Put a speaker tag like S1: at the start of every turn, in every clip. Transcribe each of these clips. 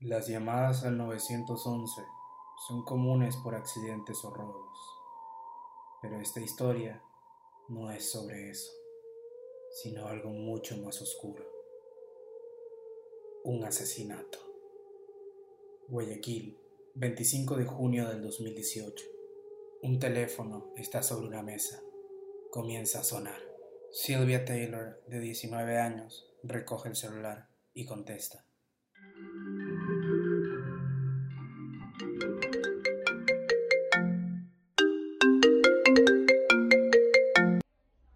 S1: Las llamadas al 911 son comunes por accidentes o robos, pero esta historia no es sobre eso, sino algo mucho más oscuro. Un asesinato. Guayaquil, 25 de junio del 2018. Un teléfono está sobre una mesa. Comienza a sonar. Sylvia Taylor, de 19 años, recoge el celular y contesta.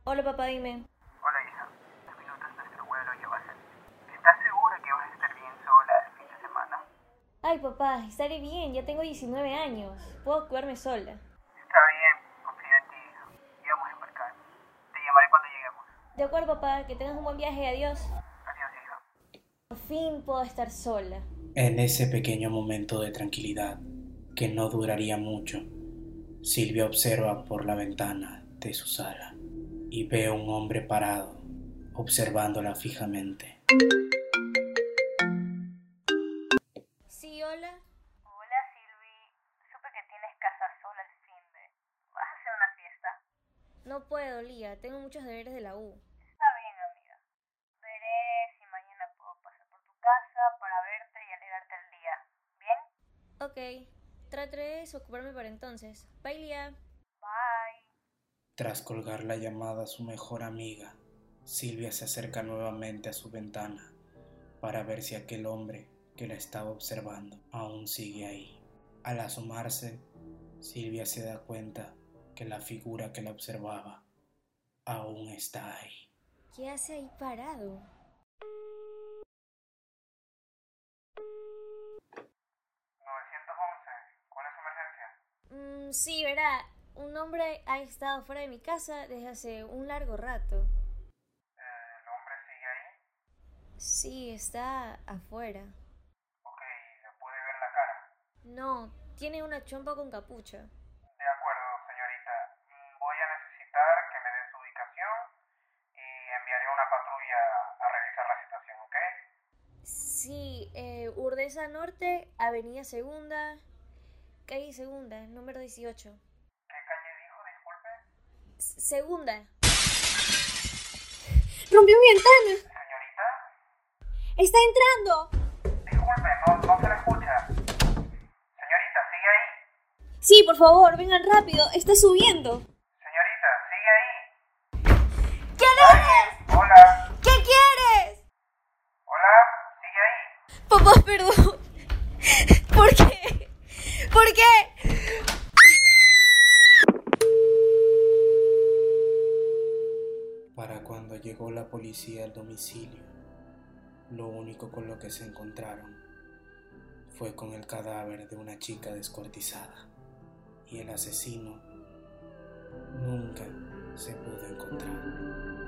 S2: Hola papá, dime.
S3: Hola hija, unos minutos nuestro vuelo ya va a salir. ¿Estás segura que vas a estar bien sola el fin de semana?
S2: Ay papá, estaré bien, ya tengo 19 años, puedo cuidarme sola.
S3: Está bien, confío en ti hija. Y vamos a embarcar. Te llamaré cuando lleguemos.
S2: De acuerdo papá, que tengas un buen viaje, adiós.
S3: Adiós hija.
S2: Por fin puedo estar sola.
S1: En ese pequeño momento de tranquilidad, que no duraría mucho, Silvia observa por la ventana de su sala y ve a un hombre parado, observándola fijamente.
S2: Sí, hola.
S4: Hola Silvi, supe que tienes casa sola el fin de. ¿Vas a hacer una fiesta?
S2: No puedo, Lía, tengo muchos deberes de la U.
S4: Está bien, amiga. Veré si mañana puedo pasar por tu casa para verte y alegrarte el día. ¿Bien?
S2: Ok, trataré de desocuparme para entonces. Bye, Lía.
S4: Bye.
S1: Tras colgar la llamada a su mejor amiga, Silvia se acerca nuevamente a su ventana para ver si aquel hombre que la estaba observando aún sigue ahí. Al asomarse, Silvia se da cuenta que la figura que la observaba aún está ahí.
S2: ¿Qué hace ahí parado?
S3: ¿Cuál es su emergencia?
S2: Mm, sí, verá, un hombre ha estado fuera de mi casa desde hace un largo rato.
S3: ¿El hombre sigue ahí?
S2: Sí, está afuera.
S3: Ok, ¿le puede ver la cara?
S2: No, tiene una chompa con capucha.
S3: De acuerdo, señorita. Mm, Voy a necesitar que me dé su ubicación y enviaré una patrulla a revisar la situación, ¿ok?
S2: Sí, eh, Urdesa Norte, Avenida Segunda, calle Segunda, número 18.
S3: ¿Qué calle dijo, disculpe?
S2: S- segunda.
S5: ¡Rompió mi ventana!
S3: Señorita,
S5: ¡Está entrando!
S3: disculpe, no, no se le escucha. Señorita, sigue ahí.
S5: Sí, por favor, vengan rápido, está subiendo.
S3: Señorita, sigue ahí.
S5: ¿Quién eres?
S3: Hola,
S5: ¿Qué quieres?
S3: hola, sigue ahí.
S5: Papá, perdón. ¿Por qué? ¿Por qué?
S1: Para cuando llegó la policía al domicilio, lo único con lo que se encontraron fue con el cadáver de una chica descuartizada y el asesino nunca se pudo encontrar.